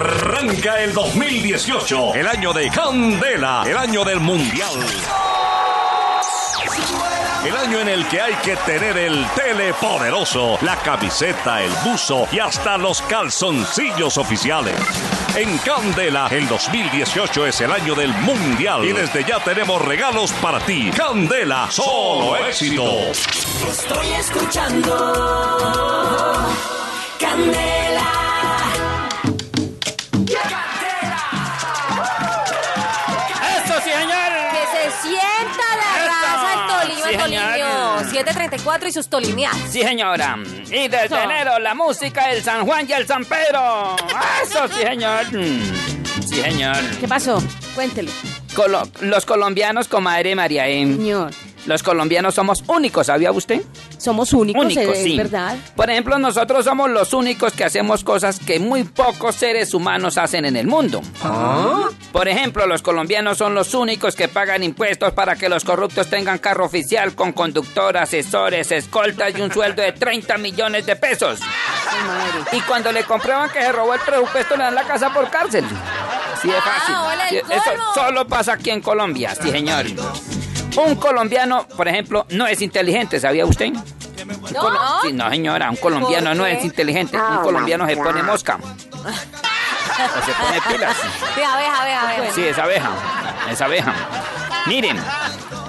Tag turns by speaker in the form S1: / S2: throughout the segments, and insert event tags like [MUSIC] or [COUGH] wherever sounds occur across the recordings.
S1: Arranca el 2018, el año de Candela, el año del Mundial. El año en el que hay que tener el telepoderoso, la camiseta, el buzo y hasta los calzoncillos oficiales. En Candela, el 2018 es el año del Mundial y desde ya tenemos regalos para ti. Candela, solo éxitos.
S2: Estoy escuchando Candela.
S3: ¡Eso sí, señor!
S4: Que se sienta la
S3: ¡Eso!
S4: raza en Tolima,
S3: Sí,
S4: en Toliño.
S3: señor.
S4: 734 y sus tolimias.
S3: Sí, señora. Y desde
S4: Eso.
S3: enero, la música, el San Juan y el San Pedro. ¡Eso sí, señor! Sí, señor.
S4: ¿Qué pasó? Cuéntelo.
S3: Colo- los colombianos, comadre María Em.
S4: Señor,
S3: Los colombianos somos únicos, ¿sabía usted?
S4: somos únicos,
S3: Únicos,
S4: es
S3: sí.
S4: verdad.
S3: Por ejemplo, nosotros somos los únicos que hacemos cosas que muy pocos seres humanos hacen en el mundo. Por ejemplo, los colombianos son los únicos que pagan impuestos para que los corruptos tengan carro oficial con conductor, asesores, escoltas y un sueldo de 30 millones de pesos.
S4: Ay, madre.
S3: Y cuando le comprueban que se robó el presupuesto, le dan la casa por cárcel. Sí, es fácil.
S4: Ah, hola,
S3: Sí,
S4: el
S3: Eso
S4: colmo.
S3: solo pasa aquí en Colombia, sí, señor. Un colombiano, por ejemplo, no es inteligente, ¿sabía usted?
S4: No,
S3: Colo- Sí, no, señora, un colombiano
S4: ¿Por
S3: no
S4: qué? Oh,
S3: es inteligente. Un colombiano se pone mosca. O se pone pilas.
S4: de abeja, abeja, abeja.
S3: Sí, es abeja. Es abeja. Miren,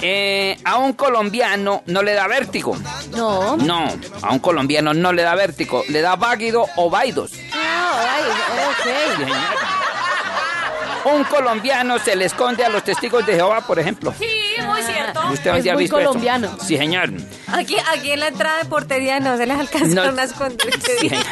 S3: eh, a un colombiano no le da vértigo.
S4: No.
S3: No, a un colombiano no le da vértigo. Le da váguido o vaidos.
S4: Ah, ay, ok.
S3: Un colombiano se le esconde a los testigos de Jehová, por ejemplo.
S5: Sí, muy cierto.
S3: ¿Usted
S4: Es
S3: dónde ha
S4: muy
S3: visto eso?
S4: colombiano.
S3: Sí, señor.
S4: Aquí, aquí en la entrada de portería no se les alcanzaron
S3: No.
S4: a
S3: [LAUGHS]
S4: esconder.
S3: Sí, señor.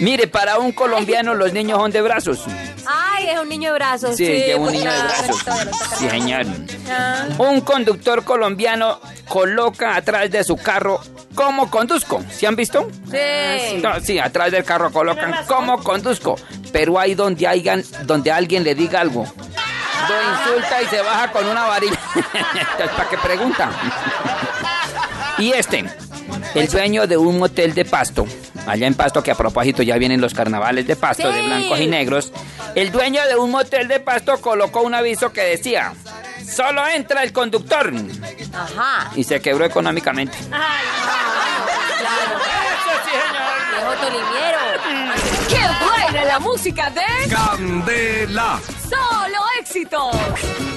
S3: Mire, para un colombiano los niños son de brazos.
S4: Ay, es un niño de brazos.
S3: Sí, lleva un
S4: pues,
S3: niño de
S4: claro,
S3: brazos.
S4: claro, claro.
S3: Sí, señor.
S4: Ah.
S3: Un conductor colombiano coloca atrás de su carro cómo conduzco. ¿Sí han visto?
S4: Sí.
S3: No, sí, atrás del carro colocan cómo conduzco. Pero hay donde, hayan, donde alguien le diga algo. Lo insulta y se baja con una varilla. [LAUGHS] Entonces, ¿Para qué pregunta? [LAUGHS] Y este, el dueño de un hotel de pasto, allá en Pasto, que a propósito ya vienen los carnavales de pasto de
S4: Sí.
S3: blancos y negros, el dueño de un hotel de pasto colocó un aviso que decía, solo entra el conductor.
S4: Ajá.
S3: Y se quebró económicamente.
S4: Claro. Viejo tolimiero. ¡Qué buena la música de
S1: Candela.
S4: Solo Éxitos!